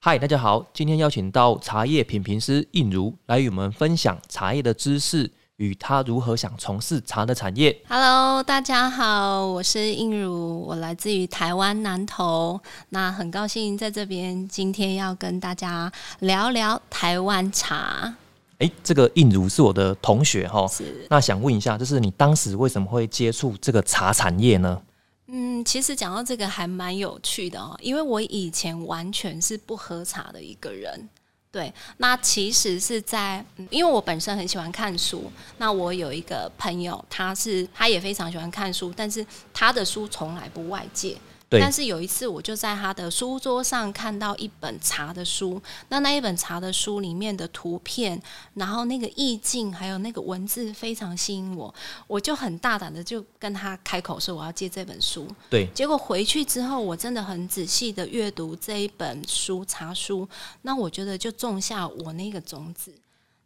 嗨，大家好，今天邀请到茶叶品评师应如来与我们分享茶叶的知识与他如何想从事茶的产业。 Hello，大家好，我是映如，我来自于台湾南投，那很高兴在这边今天要跟大家聊聊台湾茶。诶，这个应如是我的同学哈、是，那想问一下，就是你当时为什么会接触这个茶产业呢？嗯，其实讲到这个还蛮有趣的哦，因为我以前完全是不喝茶的一个人。对，那其实是在，嗯因为我本身很喜欢看书，那我有一个朋友，他是他也非常喜欢看书，但是他的书从来不外借。对但是有一次，我就在他的书桌上看到一本茶的书，那那一本茶的书里面的图片，然后那个意境，还有那个文字非常吸引我，我就很大胆的就跟他开口说我要借这本书。对，结果回去之后，我真的很仔细的阅读这一本书茶书，那我觉得就种下我那个种子。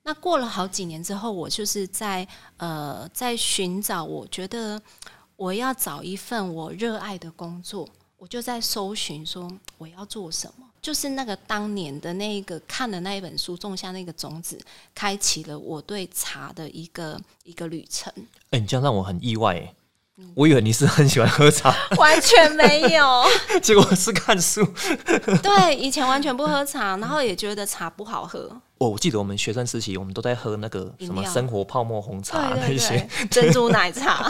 那过了好几年之后，我就是在呃在寻找，我觉得我要找一份我热爱的工作，我就在搜寻说我要做什么。就是那个当年的那个看的那一本书，种下那个种子，开启了我对茶的一个一个旅程。哎，你这样让我很意外诶。我以为你是很喜欢喝 茶，完全没有。结果是看书。 对，以前完全不喝茶，然后也觉得茶不好喝，哦我我记得我们学生时期，我们都在喝那个什么饮料生活泡沫红茶那对对一些。对，珍珠 奶茶，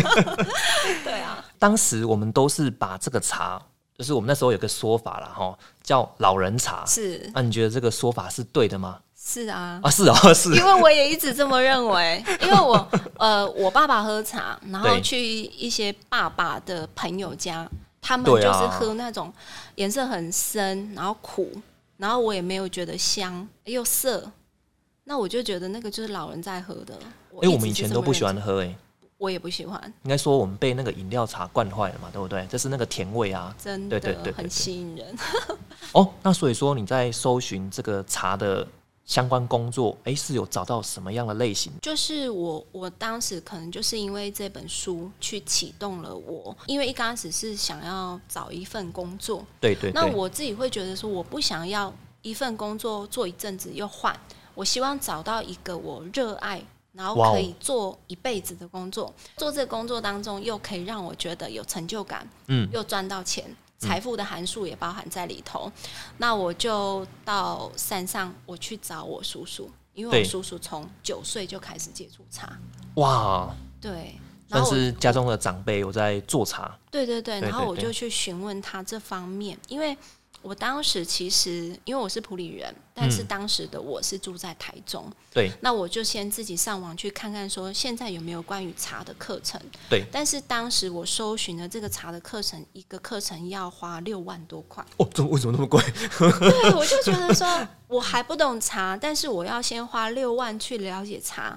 对啊，当时我们都是把这个茶，就是我们那时候有个说法啦，哈，叫老人茶。是那、啊你觉得这个说法是对的吗？是 啊。啊，是哦，是因为我也一直这么认为，因为我呃，我爸爸喝茶，然后对去一些爸爸的朋友家，他们就对啊是喝那种颜色很深，然后苦，然后我也没有觉得香又涩，那我就觉得那个就是老人在喝的。因为哎我一直们以是前这都么不认喜欢知，喝、欸，我也不喜欢，应该说我们被那个饮料茶惯坏了嘛，对不对？就是那个甜味啊。真对的对对对对很吸引人。 哦，那所以说你在搜寻这个茶的相关工作，哎、是有找到什么样的类型？就是我，我当时可能就是因为这本书去启动了我，因为一开始是想要找一份工作，对对那对，我自己会觉得说，我不想要一份工作做一阵子又换，我希望找到一个我热爱。然后哇哦可以做一辈子的工作，做这个工作当中又可以让我觉得有成就感，嗯，又赚到钱，财富的函数也包含在里头。那我就到山上，我去找我叔叔，因为对我叔叔从九岁就开始接触茶，哇，对，然算后我是家中的长辈有在做茶。对对对，对然后对我对就去询问他这方面，因为我当时其实因为我是普里人，但是嗯当时的我是住在台中，对那我就先自己上网去看看，说现在有没有关于茶的课程。对，但是当时我搜寻了这个茶的课程，一个课程要花六万多 块。哦，怎么为什么那么贵？对，我就觉得说，我还不懂茶，但是我要先花六万去了解茶，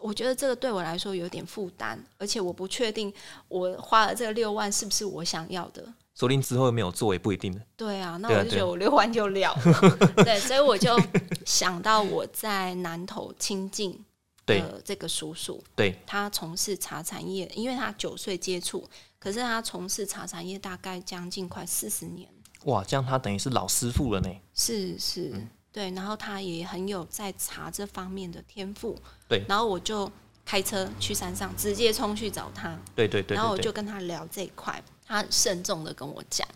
我觉得这个对我来说有点负担，而且我不确定我花了这六万是不是我想要的。说不定之后有没有做也不一定呢。对啊，那对啊我就对觉啊得我六万就了了 对，所以我就想到我在南投亲近对的这个叔叔，对，他从事茶产业，因为他九岁接触，可是他从事茶产业大概将近快四十年。哇，这样他等于是老师傅了呢。是是，嗯对，然后他也很有在茶这方面的天赋，对然后我就开车去山上，直接冲去找他，对对对然后我对就对，跟他聊这一块，他慎重的跟我讲，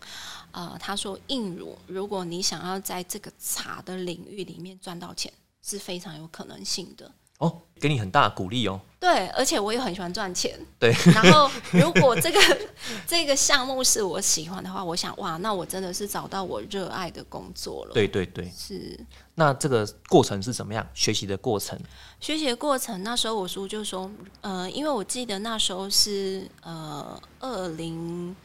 呃，他说映如，如果你想要在这个茶的领域里面赚到钱，是非常有可能性的。哦，给你很大的鼓励哦。对，而且我也很喜欢赚钱。对，然后如果这个 这个项目是我喜欢的话，我想哇，那我真的是找到我热爱的工作了。对对对，是那这个过程是怎么样？学习的过程？学习的过程，那时候我叔就说，呃，因为我记得那时候是呃二零，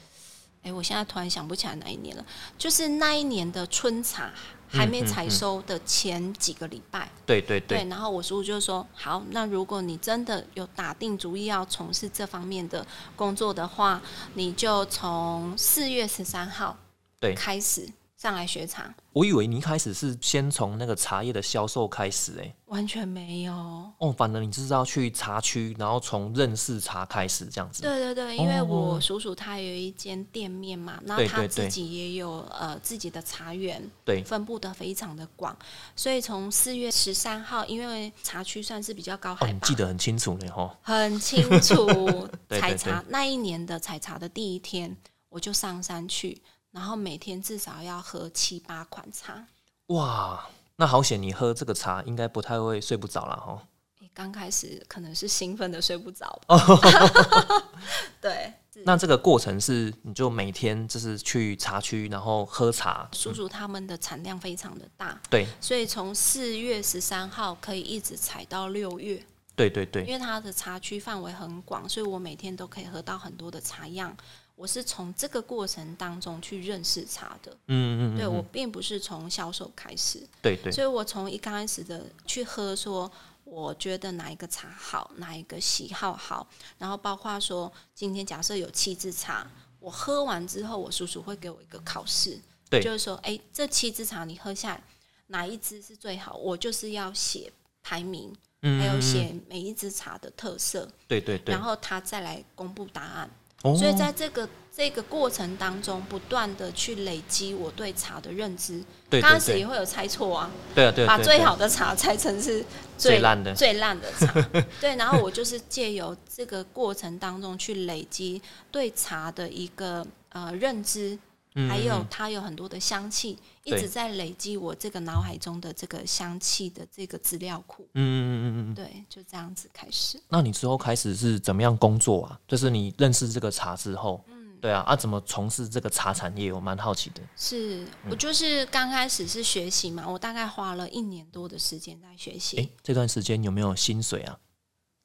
哎，我现在突然想不起来哪一年了，就是那一年的春茶还没嗯嗯采嗯收的前几个礼拜，对对对对，然后我叔就说：“好，那如果你真的有打定主意要从事这方面的工作的话，你就从四月十三号对开始，上来学茶，我以为你一开始是先从那个茶叶的销售开始、欸，哎，完全没有。哦，反正你就是要去茶区，然后从认识茶开始这样子。哦对对对，因为我叔叔他有一间店面嘛，那对他对自对己也有呃自己的茶园，对分布的非常的广，所以从四月十三号，因为茶区算是比较高哦，海你拔，记得很清楚呢，哈。很清楚 对对采茶那一年的采茶的第一天，我就上山去，然后每天至少要喝七八款茶。哇，那好险，你喝这个茶应该不太会睡不着啦，哈。诶刚开始可能是兴奋的睡不着吧，哦 对，那这个过程是你就每天就是去茶区，然后喝茶，叔叔他们的产量非常的大，对所以从四月十三号可以一直采到六月，对对因对，为它的茶区范围很广，所以我每天都可以喝到很多的茶样。我是从这个过程当中去认识茶的，嗯嗯嗯，对我嗯并不是从销售开始，对对所以我从一刚开始的去喝说。我觉得哪一个茶好，哪一个喜好好，然后包括说，今天假设有七支茶，我喝完之后，我叔叔会给我一个考试，对就是说，哎，这七支茶你喝下来哪一支是最好？我就是要写排名，嗯，还有嗯，嗯写每一支茶的特色，嗯对对对然，后他再来公布答案。哦所以在这个这个过程当中，不断的去累积我对茶的认知。对刚对开始也对，会有猜错啊，对啊对啊，把对最对好的茶拆成是最烂的 最烂的 茶。对，然后我就是借由这个过程当中去累积对茶的一个呃认知，嗯还有嗯它有很多的香气，一对直在累积我这个脑海中的这个香气的这个资料库。嗯嗯嗯嗯嗯，对，就这样子开始。那你之后开始是怎么样工作啊？就是你认识这个茶之后，嗯对啊，啊，怎么从事这个茶产业？我蛮好奇的。是嗯我就是刚开始是学习嘛，我大概花了一年多的时间在学习。诶，这段时间有没有薪水啊？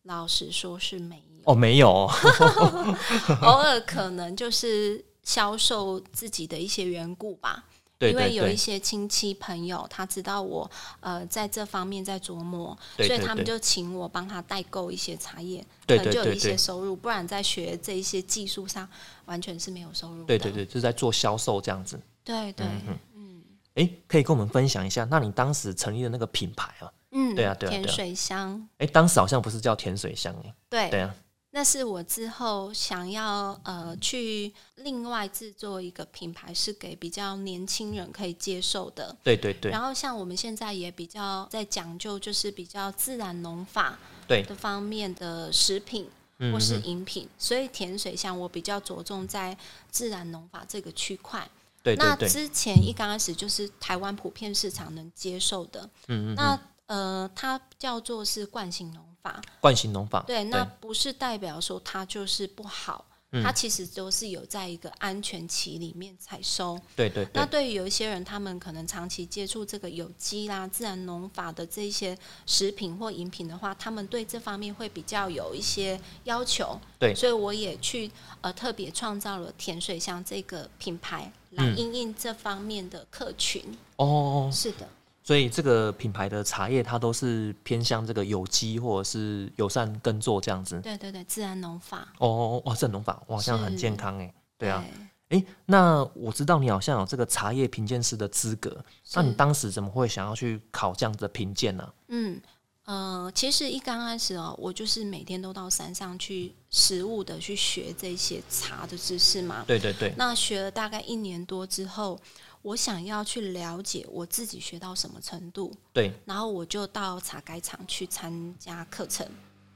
老实说是没有，哦，没有 哦， 偶尔可能就是销售自己的一些缘故吧。对因为对有一对，些亲戚朋友，他知道我呃在这方面在琢磨，对所以对他们对就请我帮他代购一些茶叶，对可对能就有对一些对收入，不然在学这一些技术上完全是没有收入的。对对对，就是在做销售这样子。对对嗯嗯诶，可以跟我们分享一下，那你当时成立的那个品牌啊？嗯，对啊对啊甜对啊水香，诶，当时好像不是叫甜水香诶，对对啊，那是我之后想要呃去另外制作一个品牌，是给比较年轻人可以接受的。对对对然后像我们现在也比较在讲究，就是比较自然农法对，的方面的食品嗯或是嗯饮品，所以甜水像我比较着重在自然农法这个区块。对对那对，之前一刚开始就是台湾普遍市场能接受的，嗯嗯嗯，那呃它叫做是惯性农法，惯性农法，对，那不是代表说它就是不好，嗯它其实都是有在一个安全期里面采收。对对那对，对于有一些人，他们可能长期接触这个有机啦、自然农法的这一些食品或饮品的话，他们对这方面会比较有一些要求。对所以我也去呃特别创造了甜水香这个品牌来嗯应应这方面的客群。哦，是的，所以这个品牌的茶叶它都是偏向这个有机或者是友善耕作这样子。对对对，自然农法。哦哦，哦哇，这农法哇，这样很是健康哎。对啊，诶，那我知道你好像有这个茶叶评鉴师的资格，那你是当时怎么会想要去考这样子的评鉴呢？嗯，呃，其实一刚开始哦，我就是每天都到山上去实物的去学这些茶的知识嘛。对对对，那学了大概一年多之后，我想要去了解我自己学到什么程度，对然后我就到茶改厂去参加课程。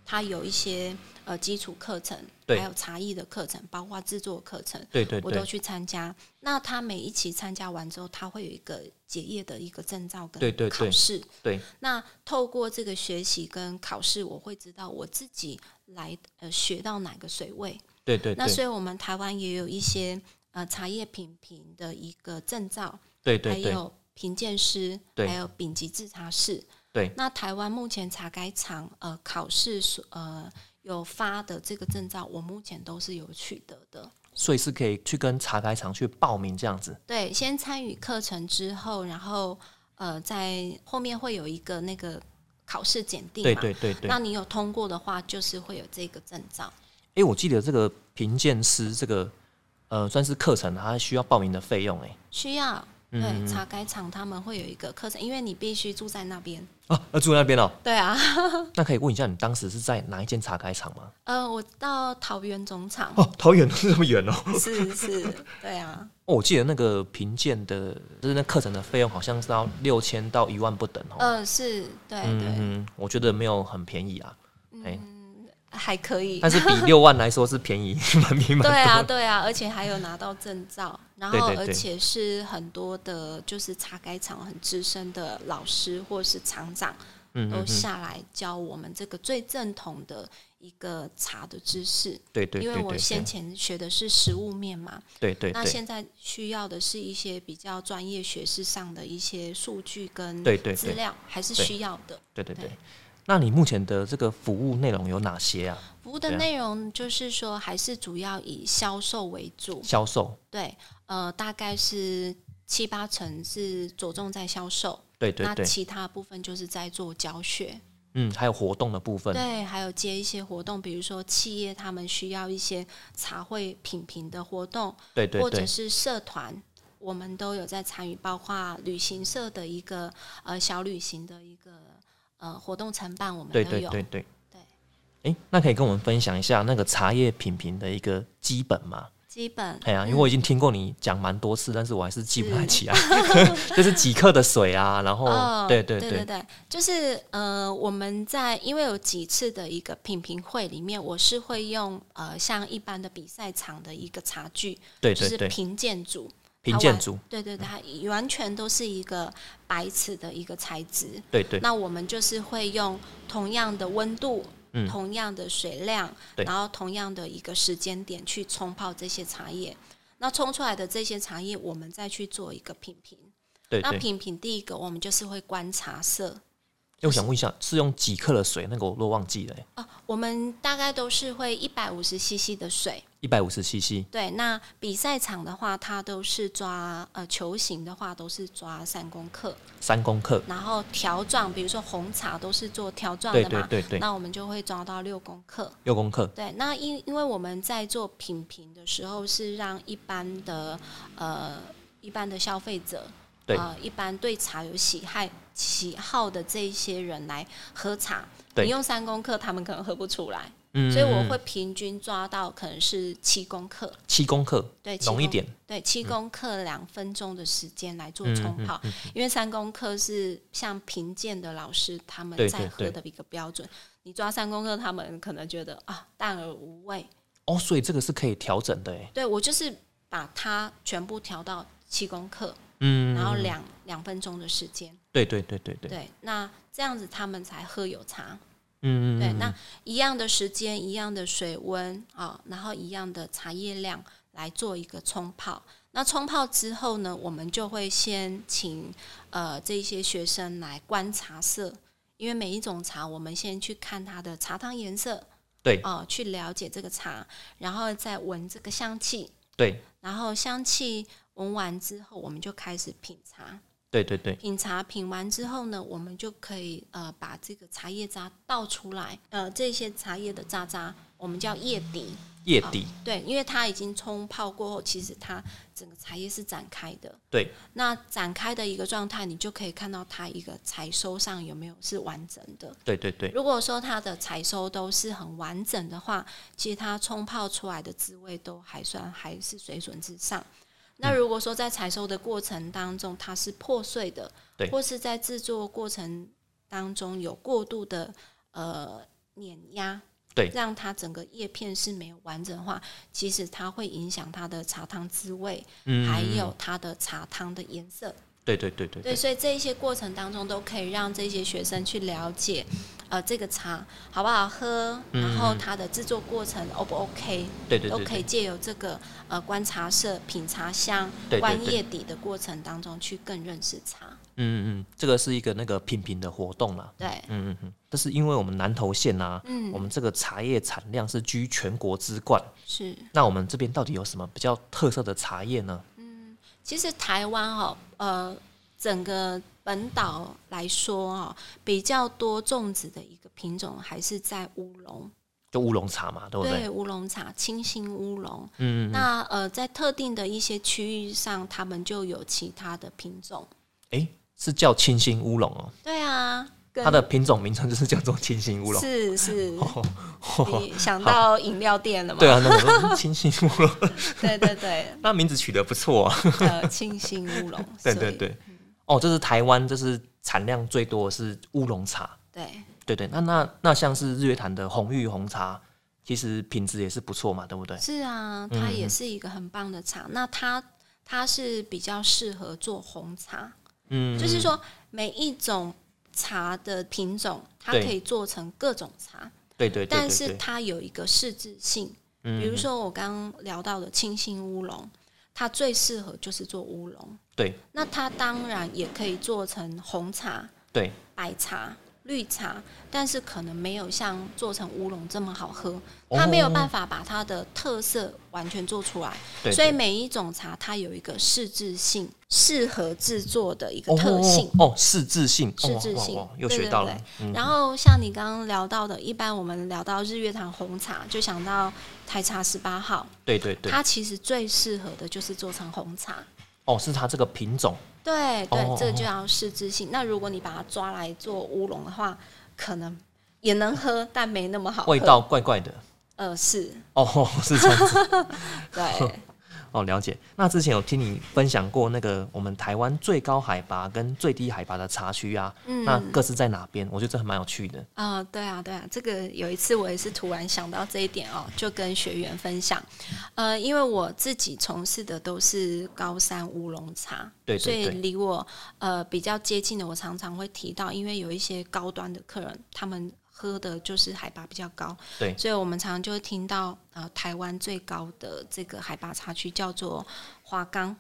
它有一些呃基础课程，对还有茶艺的课程，包括制作课程，对对我都对去参加。那他每一期参加完之后，他会有一个结业的一个证照对跟对对考试。对，那透过这个学习跟考试，我会知道我自己来呃学到哪个水位。对对那所对以我们台湾也有一些呃茶叶品评的一个证照，对对还对有评鉴师，对还有丙级制茶师。对那台湾目前茶改厂呃考试所呃有发的这个证照，我目前都是有取得的。所以是可以去跟茶改厂去报名这样子。对，先参与课程之后，然后呃，在后面会有一个那个考试检定对嘛对对对。那你有通过的话，就是会有这个证照。诶，我记得这个评鉴师这个呃算是课程，它需要报名的费用诶，需要对，茶改厂他们会有一个课程，因为你必须住在那边。啊，要住那边哦。对啊， 那可以问一下，你当时是在哪一间茶改厂吗？呃，我到桃园总厂，哦，桃园这么远哦。是是，对啊，哦，我记得那个评鉴的，就是那课程的费用好像是要六千到一万不等哦。嗯、是，对对，嗯嗯，我觉得没有很便宜啊，哎、还可以。但是比六万来说是便宜， 蛮平蛮多。对啊，对啊，而且还有拿到证照，然对后对对而且是很多的，就是茶改厂很资深的老师或是厂长嗯都嗯嗯，下来教我们这个最正统的一个茶的知识。对对对对，因为我对先前学的是实物面嘛，对对那对现在需要的是一些比较专业学识上的一些数据跟对对资对料，还是对需要的。对对对对。那你目前的这个服务内容有哪些啊？服务的对啊内容就是说，还是主要以销售为主，销售，对，呃，大概是七八成是着重在销售，对对那对，其他部分就是在做教学，嗯，还有活动的部分，对，还有接一些活动，比如说企业他们需要一些茶会品评的活动，对对或者对，是社团，我们都有在参与，包括旅行社的一个呃小旅行的一个呃活动承办，我们都对有。对对对对。哎，那可以跟我们分享一下那个茶叶品评的一个基本吗？基本哎呀，因为我已经听过你讲蛮多次，但是我还是记不太是 起来， 就是几克的水啊，然后哦，对对对对，就是呃，我们在因为有几次的一个品评会里面，我是会用呃像一般的比赛场的一个茶具，对就对是对，评鉴组。评它鉴完组，对对对，它完全都是一个白瓷的一个材质。对对那我们就是会用同样的温度、嗯同样的水量，对然后同样的一个时间点去冲泡这些茶叶。那冲出来的这些茶叶，我们再去做一个品评。对那对。品评第一个，我们就是会观察色诶我想问一下，是用几克的水？那个我都忘记了、欸，哦，我们大概都是会一百五十 CC 的水。一百五十 CC，对，那比赛场的话，它都是抓呃球形的话，都是抓三公克，三公克，然后条状，比如说红茶都是做条状对的对嘛，对对，那我们就会抓到六公克。六公克，对，那因因为我们在做品评的时候，是让一般的呃一般的消费者，对呃一般对茶有喜爱喜好的这一些人来喝茶。对你用三公克，他们可能喝不出来，嗯，所以我会平均抓到可能是七公克，七公克，对，七浓一公，点，嗯对，七公克两分钟的时间来做冲泡，因为三公克是像评鉴的老师他们对在对喝对的一个标准，你抓三公克，他们可能觉得啊淡而无味。哦，所以这个是可以调整的，哎，对我就是把它全部调到七公克，嗯，然后两两分钟的时间。对对对对对，对，那这样子他们才喝有茶。嗯嗯，对，嗯那一样的时间，一样的水温啊、然后一样的茶叶量来做一个冲泡。那冲泡之后呢，我们就会先请呃这些学生来观察色，因为每一种茶，我们先去看它的茶汤颜色，对哦、去了解这个茶，然后再闻这个香气，对然后香气闻完之后，我们就开始品茶。对对对，品茶品完之后呢，我们就可以呃把这个茶叶渣倒出来，呃这些茶叶的渣渣我们叫叶底，叶底，对，因为它已经冲泡过后，其实它整个茶叶是展开的。对，那展开的一个状态，你就可以看到它一个采收上有没有是完整的。对对对，如果说它的采收都是很完整的话，其实它冲泡出来的滋味都还算还是水准之上。那嗯如果说在采收的过程当中它是破碎的对，或是在制作过程当中有过度的呃碾压，对让它整个叶片是没有完整化，其实它会影响它的茶汤滋味，嗯，还有它的茶汤的颜色。对对对对对，对，所以这一些过程当中都可以让这些学生去了解，呃，这个茶好不好喝，然后它的制作过程 O 不 OK，对嗯对都对可以对，借由这个呃观察社、品茶香对对、观对叶底的过程当中去更认识茶。嗯嗯嗯，这个是一个那个品评的活动啦。对，嗯嗯嗯，这是因为我们南投县啊，我嗯，们这个茶叶产量是居全国之冠。是。那我们这边到底有什么比较特色的茶叶呢？其实台湾哦，呃，整个本岛来说哦，比较多种植的一个品种还是在乌龙。就乌龙茶嘛，对不对？对乌龙茶，清新乌龙。嗯，嗯嗯那呃，在特定的一些区域上，他们就有其他的品种。诶，是叫清新乌龙哦，对啊，跟它的品种名称就是叫做清新乌龙。是 是，哦哦，你想到饮料店了吗？对啊，那我说清新乌龙， 对对对，那名字取得不错啊。。呃，清新乌龙对所对以对，哦，这是台湾，这是产量最多的是乌龙茶。对对对，那那那像是日月潭的红玉红茶，其实品质也是不错嘛，对不对？是啊，它嗯也是一个很棒的茶。那它它是比较适合做红茶，嗯，就是说每一种茶的品种，它可对以做成各种茶，对对对但对是对，它有一个适制性。嗯比如说我刚刚聊到的清新乌龙，它最适合就是做乌龙。对那它当然也可以做成红茶、对白茶、绿茶，但是可能没有像做成乌龙这么好喝。哦它没有办法把它的特色完全做出来，对，所以对每一种茶它有一个适制性、适合制作的一个特性。哦哦，适制性，适制性哦哦哦又对学对到对了。嗯然后像你刚刚聊到的，一般我们聊到日月潭红茶，就想到台茶十八号，对对对，它其实最适合的就是做成红茶。哦，是它这个品种，对哦对，这就要试制性。那如果你把它抓来做乌龙的话，可能也能喝，但没那么好喝味道怪怪的。呃是，哦， 是这样子。 对哦，了解。那之前有听你分享过那个我们台湾最高海拔跟最低海拔的茶区啊，嗯那各是在哪边？我觉得这还蛮有趣的。啊、对啊对啊，这个有一次我也是突然想到这一点哦，就跟学员分享。呃，因为我自己从事的都是高山乌龙茶，对所以对对，离我呃比较接近的，我常常会提到，因为有一些高端的客人，他们喝的就是海拔比较高，对所以我们常常就会听到呃台湾最高的这个海拔茶区叫做华冈，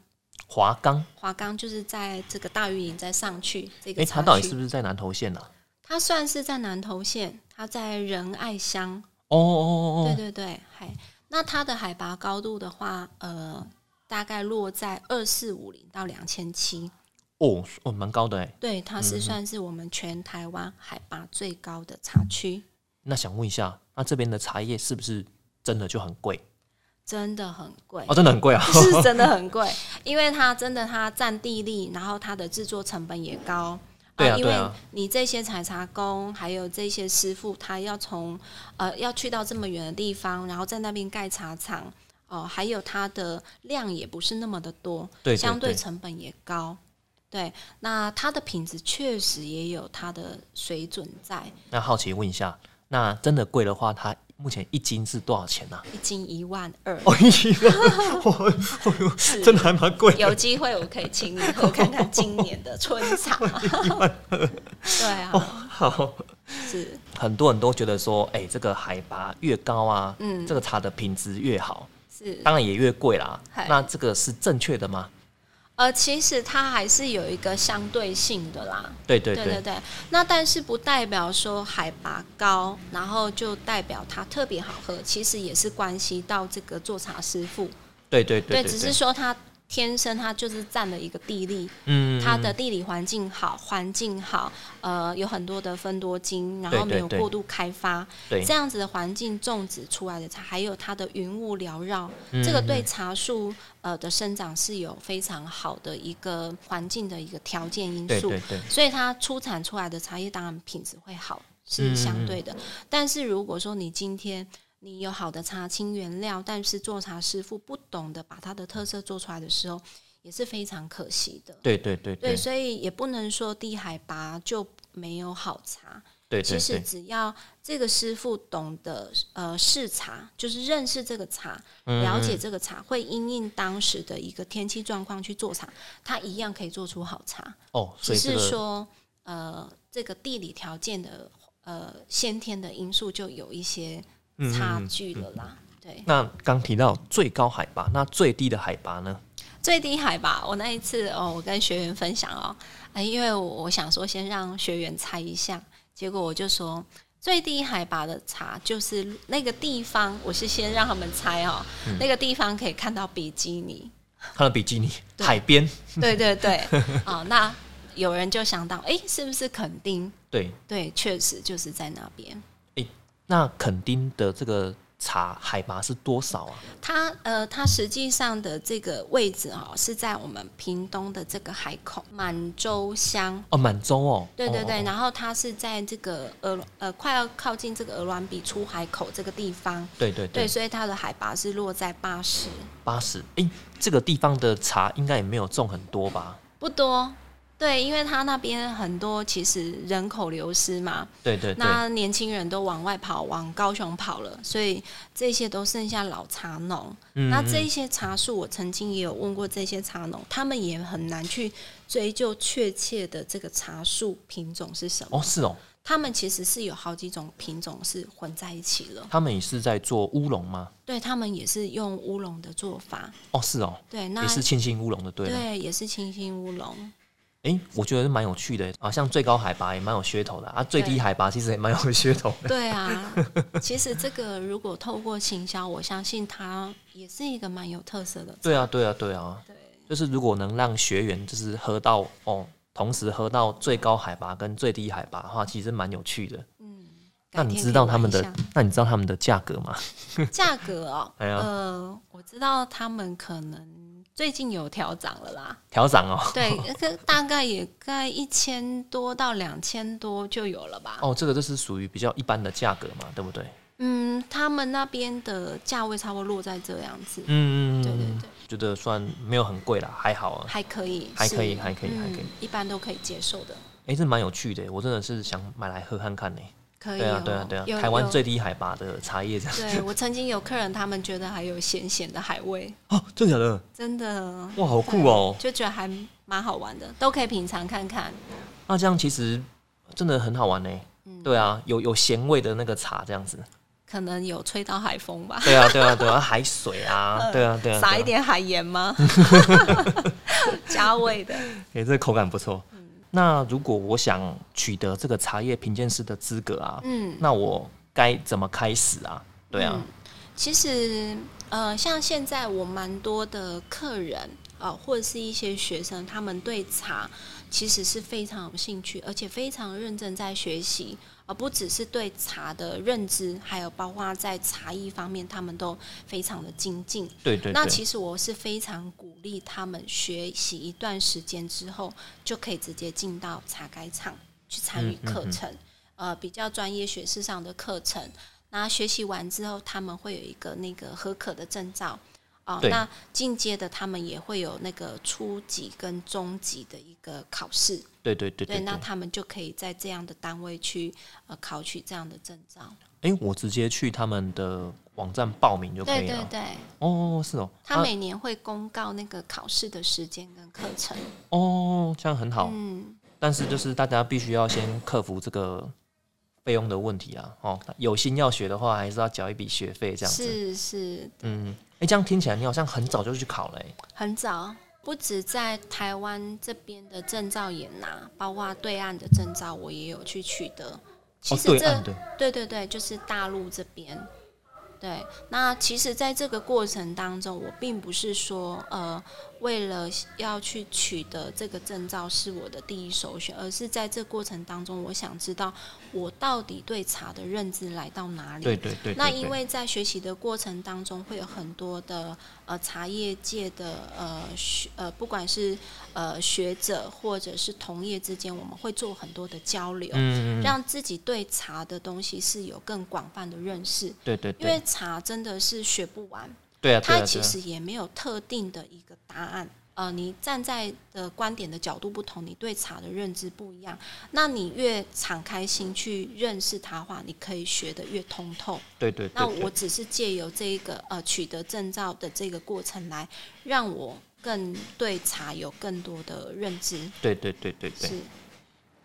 华冈。华冈就是在这个大屿岭再上去这哎，个它茶到底区，是不是在南投县啊？它算是在南投县，它在仁爱乡，哦哦哦对哦，对对，海那它的海拔高度的话，呃。大概落在二四五零到两千七，哦哦，蛮高的哎。对，它是算是我们全台湾海拔最高的茶区，那想问一下，那这边的茶叶是不是真的就很贵？真的很贵哦，，真的很贵啊。是真的很贵，因为它真的它占地利，然后它的制作成本也高。呃对啊因对为啊你这些采茶工，还有这些师傅，他要从呃要去到这么远的地方，然后在那边盖茶厂，哦、还有它的量也不是那么的多，对对相对对成本也高。对，那它的品质确实也有它的水准在，那好奇问一下，那真的贵的话，它目前一斤是多少钱呢、啊？ 一斤一万二。哦，一斤，哦哦是真的还蛮贵的。有机会我可以请你喝看看今年的春 茶。对啊，好，是，很多人都觉得说，哎、这个海拔越高啊，嗯这个茶的品质越好，是，当然也越贵啦嗨。那这个是正确的吗？呃，其实它还是有一个相对性的啦。对对对对对，对，那但是不代表说海拔高，然后就代表它特别好喝，其实也是关系到这个做茶师傅。对对对只是说他天生他就是占了一个地利，嗯它的地理环境好，环境好，呃，有很多的分多精，然后对对没有对过度开发，对这样子的环境种植出来的茶，还有它的云雾缭绕，嗯这个对茶树呃的生长是有非常好的一个环境的一个条件因对素，嗯对对，所以它出产出来的茶叶当然品质会好，是相对嗯的。但是如果说你今天你有好的茶青原料，但是做茶师傅不懂得把它的特色做出来的时候，也是非常可惜的。对对对对，对所以也不能说低海拔就没有好茶。对对其实对，只要这个师傅懂得呃试茶，就是认识这个茶，嗯了解这个茶，会因应当时的一个天气状况去做茶，他一样可以做出好茶。哦，所只以这是个说呃这个地理条件的呃先天的因素就有一些嗯差距了啦。对，那刚提到最高海拔，那最低的海拔 呢？最低海拔，我那一次哦，我跟学员分享哦，哎，因为我我想说先让学员猜一下，结果我就说最低海拔的茶就是那个地方，我是先让他们猜哦，那个地方可以看到比基尼，它的比基尼对海边，对对对，哦，那有人就想到，哎，是不是垦丁？对，对，确实就是在那边。那垦丁的这个茶海拔是多少啊？它呃，它实际上的这个位置哦，是在我们屏东的这个海口满洲乡。哦，满洲哦，对对对，哦，然后它是在这个俄罗呃快要靠近这个鹅銮鼻出海口这个地方，对对对，对，所以它的海拔是落在八十，八十。哎，这个地方的茶应该也没有种很多吧？不多。对，因为它那边很多其实人口流失嘛，对对对，那年轻人都往外跑，往高雄跑了，所以这些都剩下老茶农。嗯那这嗯一些茶树，我曾经也有问过这些茶农，他们也很难去追究确切的这个茶树品种是什么。哦是哦，他们其实是有好几种品种是混在一起了，他们也是在做乌龙吗？对他们也是用乌龙的做法，哦是哦，对，那也是清新乌龙的，对了。对也是清新乌龙，哎，我觉得蛮有趣的啊，像最高海拔也蛮有噱头的啊，最低对海拔其实也蛮有噱头的。 对啊。 其实这个如果透过行销，我相信它也是一个蛮有特色的，对啊，对啊，对啊，对。就是如果能让学员就是喝到哦，同时喝到最高海拔跟最低海拔的话，其实蛮有趣的。那改你知天可以道他买们一的下那你知道他们的价格吗？ 价格哦？哎呀呃，我知道他们可能最近有调涨了啦，调涨哦。对，那个大概也该一千多到两千多就有了吧。哦，这个就是属于比较一般的价格嘛，对不对？嗯，他们那边的价位差不多落在这样子，嗯，对对对，觉得算没有很贵啦，还好啊。还可以，还可以是还可以还可以嗯一般都可以接受的。哎，这蛮有趣的，我真的是想买来喝看看呢。可以、对哦啊，对啊，对啊，有台湾有最低海拔的茶叶这样。对我曾经有客人，他们觉得还有咸咸的海味，哦，真的假的？真的哇，好酷哦！就觉得还蛮好玩的，都可以品尝看看。那这样其实真的很好玩呢。嗯对啊，有有咸味的那个茶这样子。可能有吹到海风吧，对啊，对啊，对啊，海水啊，对 啊，对啊，嗯撒对一啊。点海盐吗？ 加味的，哎、这个口感不错。嗯那如果我想取得这个茶叶评鉴师的资格啊，嗯，那我该怎么开始啊？对啊，其实呃，像现在我蛮多的客人啊、呃或者是一些学生，他们对茶其实是非常有兴趣，而且非常认真在学习，而、不只是对茶的认知，还有包括在茶艺方面，他们都非常的精进。对对那对，其实我是非常鼓励他们学习一段时间之后，就可以直接进到茶改厂去参与嗯嗯课程，呃，比较专业学识上的课程。那学习完之后，他们会有一个那个合可的证照。啊、对那进阶的他们也会有那个初级跟中级的一个考试，对对对对对那。他们就可以在这样的单位去呃考取这样的证照。哎、我直接去他们的网站报名就可对以了。啊对对，哦，是哦，他啊、每年会公告那个考试的时间跟课程。哦，这样很好。嗯，但是就是大家必须要先克服这个费用的问题啊。哦，有心要学的话，还是要缴一笔学费这样子。是是，嗯，哎、这样听起来你好像很早就去考了、欸。很早，不止在台湾这边的证照也拿，包括对岸的证照我也有去取得。其哦，实对这、岸对，对对对，就是大陆这边。对，那其实在这个过程当中，我并不是说呃，为了要去取得这个证照是我的第一首选，而是在这过程当中，我想知道我到底对茶的认知来到哪里。对对对对那对因为在学习的过程当中，会有很多的呃茶叶界的呃学呃，不管是呃学者或者是同业之间，我们会做很多的交流，嗯，嗯嗯让自己对茶的东西是有更广泛的认识。对对因对为，茶真的是学不完，对啊，对它啊，其对啊，实也没有特定的一个答案。呃，你站在的观点的角度不同，你对茶的认知不一样，那你越敞开心去认识它的话，你可以学得越通透。对对对。那对我只是借由这一个呃取得证照的这个过程来，让我更对茶有更多的认知。对对对对对。是，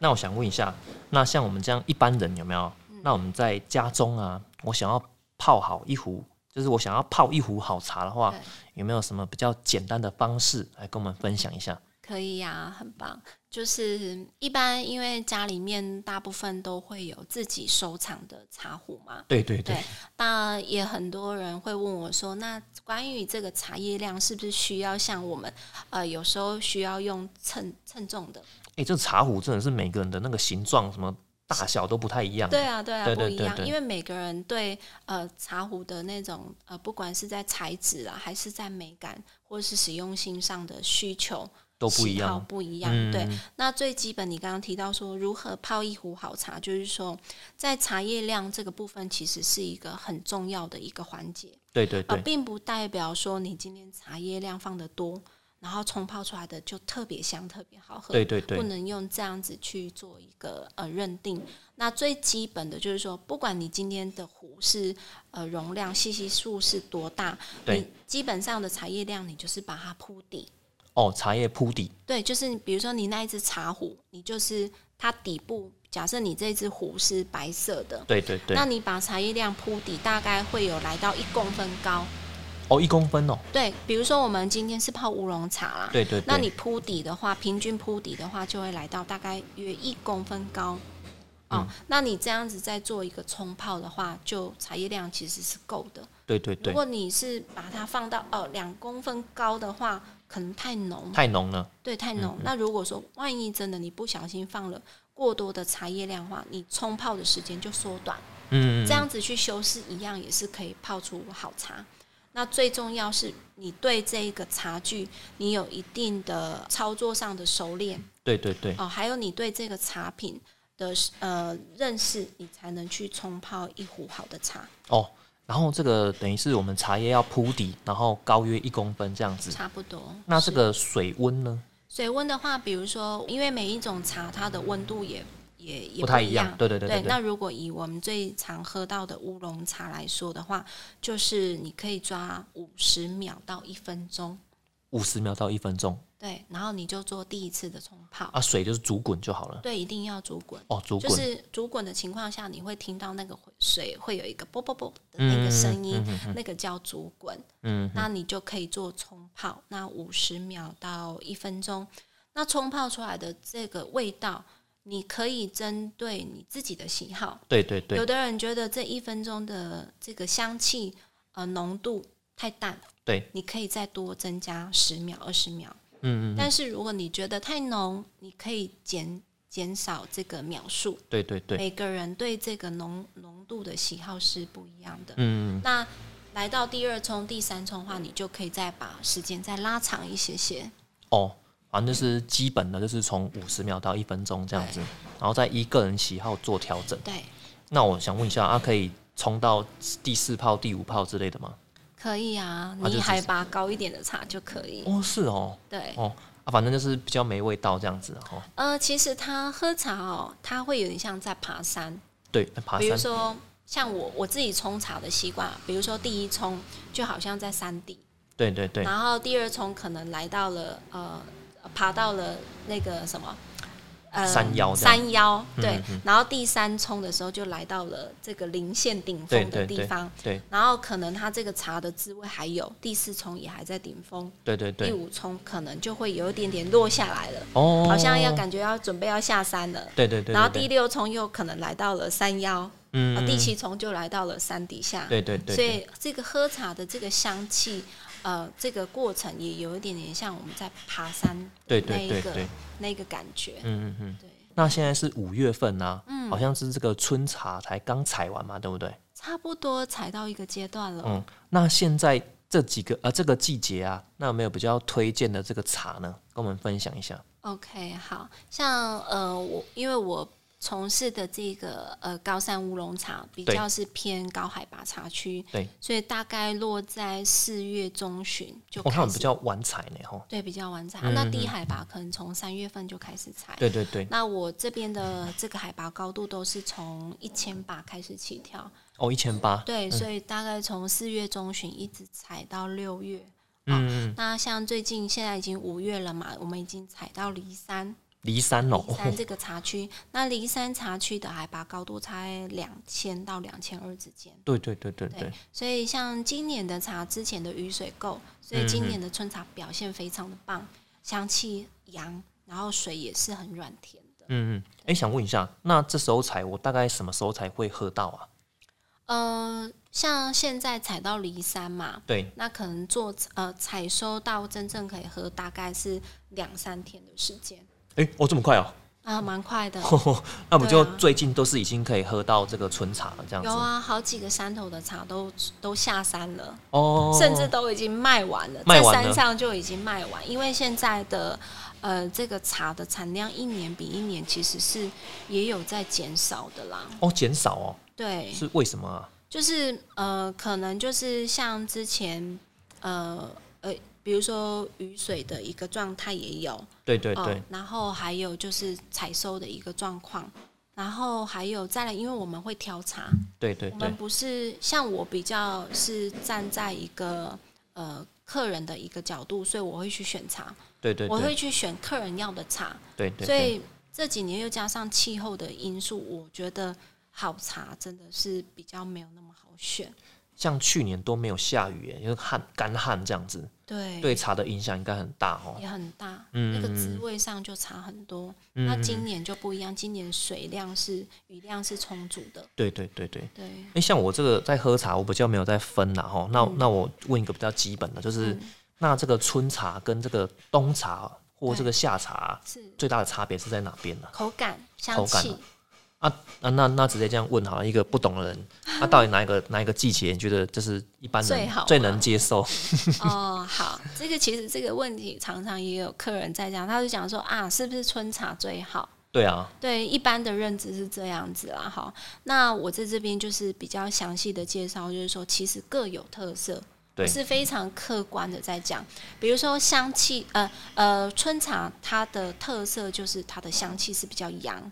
那我想问一下，那像我们这样一般人有没有？嗯那我们在家中啊，我想要泡好一壶，就是我想要泡一壶好茶的话对，有没有什么比较简单的方式来跟我们分享一下？可以呀、很棒。就是一般因为家里面大部分都会有自己收藏的茶壶嘛，对对对，那也很多人会问我说，那关于这个茶叶量是不是需要像我们呃有时候需要用称称重的？哎、这茶壶真的是每个人的那个形状什么大小都不太一样。对啊，对啊，对对不一样，对对因为每个人对呃茶壶的那种呃，不管是在材质啊，还是在美感或是实用性上的需求都不一喜好样。哦嗯不一样。对，那最基本，你刚刚提到说如何泡一壶好茶，就是说在茶叶量这个部分，其实是一个很重要的一个环节。对对呃，对，并不代表说你今天茶叶量放的多，然后冲泡出来的就特别香、特别好喝。对对对不能用这样子去做一个呃认定。那最基本的就是说，不管你今天的壶是呃容量、细细数是多大，对你基本上的茶叶量，你就是把它铺底。哦，茶叶铺底，对，就是比如说你那一只茶壶，你就是它底部，假设你这只壶是白色的，对对对那，你把茶叶量铺底，大概会有来到一公分高。哦，一公分哦，对，比如说我们今天是泡乌龙茶啦，对对对，那你铺底的话，平均铺底的话就会来到大概约一公分高。哦，嗯那你这样子再做一个冲泡的话，就茶叶量其实是够的。对对如对，果你是把它放到哦两公分高的话，可能太浓，太嗯浓了，对，太浓。那如果说万一真的你不小心放了过多的茶叶量的话，你冲泡的时间就缩短。嗯，这样子去修饰一样也是可以泡出好茶。那最重要是你对这一个茶具，你有一定的操作上的熟练对对对，哦，还有你对这个茶品的呃认识，你才能去冲泡一壶好的茶，哦，然后这个等于是我们茶叶要铺底，然后高约一公分这样子。差不多。那这是个水温呢？水温的话，比如说，因为每一种茶它的温度也也也不太一一样对对对对对那如果以我们最常喝到的乌龙茶来说的话，就是你可以抓五十秒到一分钟。五十秒到一分钟对，然后你就做第一次的冲泡，啊，水就是煮滚就好了。对，一定要煮滚。哦，煮就滚，是煮滚的情况下，你会听到那个水会有一个啵啵啵的那个声音，那个叫煮滚。嗯，那你就可以做冲泡，那五十秒到一分钟。那冲泡出来的这个味道，你可以针对你自己的喜好。对对对有的人觉得这一分钟的这个香气呃浓度太淡，对，你可以再多增加十秒、二十秒。嗯嗯，但是如果你觉得太浓，你可以减减少这个秒数。对对对，每个人对这个浓浓度的喜好是不一样的。嗯，那来到第二冲、第三冲的话，你就可以再把时间再拉长一些些。哦，反正就是基本的，就是从五十秒到一分钟这样子，然后再依个人喜好做调整。对，那我想问一下，啊，可以冲到第四泡、第五泡之类的吗？可以啊，啊就是你海拔高一点的茶就可以。哦，是哦，对，哦，啊，反正就是比较没味道这样子哦。呃，其实它喝茶哦，它会有点像在爬山。对，爬比如山，说，像我我自己冲茶的习惯，啊比如说第一冲就好像在山地，对对对，然后第二冲可能来到了呃，爬到了那个什么。呃山腰这样山腰对，嗯然后第三冲的时候就来到了这个零线顶对峰的对地对方，对然后可能它这个茶的滋味还有，第四冲也还在顶峰，对对第对，五冲可能就会有一点点落下来了，哦，好像要感觉要准备要下山了，对对对，然后对第六冲又可能来到了山腰，啊嗯，第七重就来到了山底下，对对对，所对以这个喝茶的这个香气，呃，这个过程也有一点点像我们在爬山对那对一对个对，那个感觉，嗯嗯嗯。对，嗯那现在是五月份啊，好像是这个春茶才刚采完嘛，对不对？差不多踩到一个阶段了。嗯，那现在这几个呃这个季节啊，那有没有比较推荐的这个茶呢？跟我们分享一下。 OK，好像呃，我因为我从事的这个呃高山乌龙茶比对较是偏高海拔茶区，对，所以大概落在四月中旬就我、看我开哦们比始。较晚采呢，吼。对，比较晚采、嗯那嗯低嗯海拔可能从三月份就开始采。对对对，那我这边的这个海拔高度都是从一千八开始起跳，哦，一千八，对，所以大概从四月中旬一直采到六月。嗯，那像最近现在已经五月了嘛，我们已经采到离山，离山哦，离山这个茶区，那离山茶区的海拔高度才两千到两千二之间。 对对对对对对，，所以像今年的茶之前的雨水够，所嗯以今年的春茶表现非常的棒，香气扬，然后水也是很软甜的。嗯嗯。哎、想问一下，那这时候采，我大概什么时候才会喝到啊？呃，像现在采到离山嘛，对，那可能做呃采收到真正可以喝，大概是两三天的时间。哎、哦，这么快哦， 啊，蛮快的。那我们就对啊最近都是已经可以喝到这个纯茶了，这样子有啊，好几个山头的茶都都下山了，哦，甚至都已经卖完了，卖完在了山上就已经卖完，因为现在的呃这个茶的产量一年比一年其实是也有在减少的啦。哦减少哦，对，是为什么啊？就是呃可能就是像之前呃呃比如说雨水的一个状态也有，对对对嗯，，然后还有就是采收的一个状况，然后还有再来，因为我们会挑茶，对对我对们，不是像我比较是站在一个呃客人的一个角度，所以我会去选茶，对对我会对去选客人要的茶，对对，所对以这几年又加上气候的因素，我觉得好茶真的是比较没有那么好选。像去年都没有下雨耶，因为旱干旱这样子，对，对茶的影响应该很大哦。也很大，嗯那个滋味上就差很多。那今年就不一样，今年水量是雨量是充足的，对对对对，对，哎、像我这个在喝茶，我比较没有在分啦吼。嗯那、那我问一个比较基本的，就是、那这个春茶跟这个冬茶或这个夏茶是最大的差别是在哪边呢、口感、口香感气啊。啊啊，那那直接这样问好了，一个不懂的人，那、到底哪一个哪一个季节你觉得就是一般人最好啊能接 受？哦，好，这个其实这个问题常常也有客人在讲，他就讲说啊，是不是春茶最好？对啊，对，一般的认知是这样子啦。好，那我在这边就是比较详细的介绍，就是说其实各有特色，对是非常客观的在讲。比如说香气，呃呃，春茶它的特色就是它的香气是比较扬，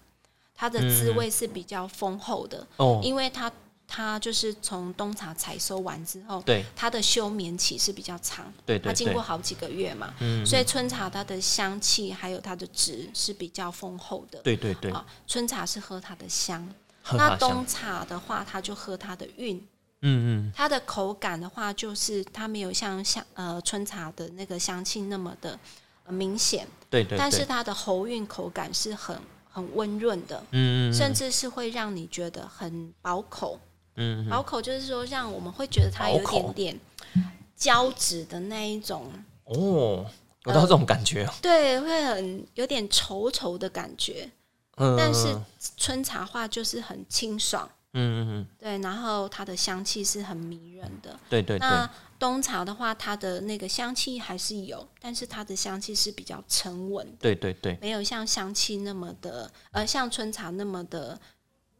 它的滋嗯味是比较丰厚的，哦，因为它它就是从冬茶采收完之后，对它的休眠期是比较长，对嗯对它经对过，好几个月嘛，所以春茶它的香气还有它的值是比较丰厚的。对对对，啊，春茶是喝它的香，很那好香，冬茶的话，它就喝它的韵。嗯嗯，它的口感的话，就是它没有像香呃春茶的那个香气那么的呃明显，对对对，但是它的喉韵口感是很很温润的，嗯嗯甚至是会让你觉得很饱口。嗯嗯饱口就是说，让我们会觉得它有一饱口点点胶质的那一种，哦，呃有到这种感觉哦，对，会很有点稠稠的感觉。嗯，但是春茶话就是很清爽，嗯嗯嗯，对，然后它的香气是很迷人的。对对哎对，那冬茶的话，它的那个香气还是有，但是它的香气是比较沉稳，对对对没有像香气那么的，呃，像春茶那么的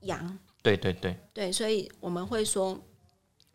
阳。对对嗯对，对，所以我们会说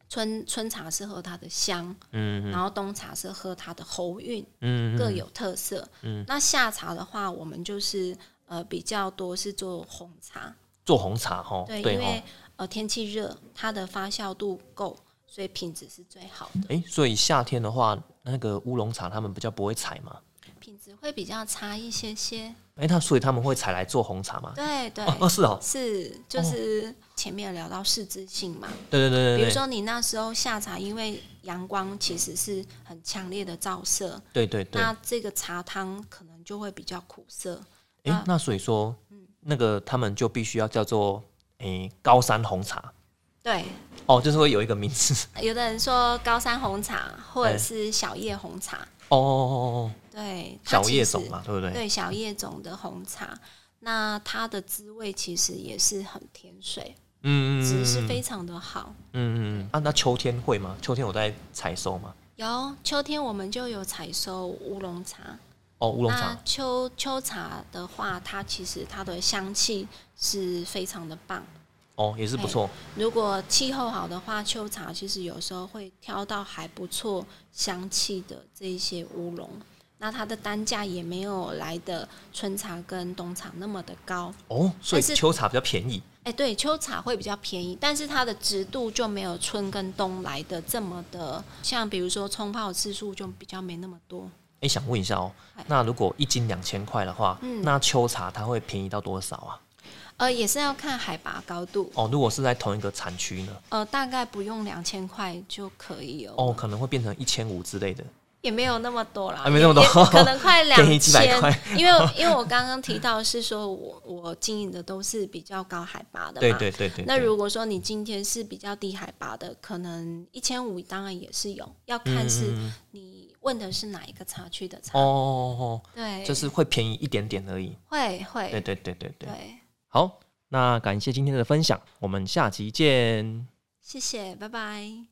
春春茶是喝它的香，嗯然后冬茶是喝它的喉韵，嗯各有特色。嗯，那夏茶的话，我们就是呃比较多是做红茶，做红茶哈，对，对哦因哈为，呃天气热，它的发酵度够，所以品质是最好的，哎，所以夏天的话，那个乌龙茶他们比较不会采嘛，品质会比较差一些些。哎，他所以他们会采来做红茶嘛，对对。哦哦是哦，是，就是前面有聊到适质性嘛，对对对比对如对说你那时候夏茶，因为阳光其实是很强烈的照射，对对对，那这个茶汤可能就会比较苦涩。哎，那所以说嗯那个他们就必须要叫做哎高山红茶对，哦，就是会有一个名字 有的人说高山红茶或哎者是小叶红茶，哦哦哦哦，对，它小叶其实种嘛，对哎不对？对小叶种的红茶，那它的滋味其实也是很甜水，嗯嗯质是嗯非常的好。嗯嗯，啊，那秋天会吗？秋天有在采收吗？有秋天我们就有采收乌龙茶，哦，乌龙那茶，秋秋茶的话，它其实它的香气是非常的棒。哦，也是不哎错，如果气候好的话，秋茶其实有时候会挑到还不错香气的这一些乌龙，那它的单价也没有来的春茶跟冬茶那么的高。哦，所以但是秋茶比较便宜，哎，对，秋茶会比较便宜，但是它的值度就没有春跟冬来的这么的，像比如说冲泡次数就比较没那么多。哎、想问一下哦哎，那如果一斤两千块的话，嗯那秋茶它会便宜到多少啊？呃，也是要看海拔高度，哦，如果是在同一个产区呢？呃，大概不用两千块就可以哦。哦，可能会变成一千五之类的。也没有那么多啦，啊没那么多也也可能快两便宜几百块千。因为因为我刚刚提到是说我我经营的都是比较高海拔的嘛，对对对对那对如果说你今天嗯是比较低海拔的，可能一千五当然也是有，要看是你问的是哪一个茶区的茶，哦哦对，哦，就是会便宜一点点而已。会会对对对对对。对好，那感谢今天的分享，我们下期见。谢谢，拜拜。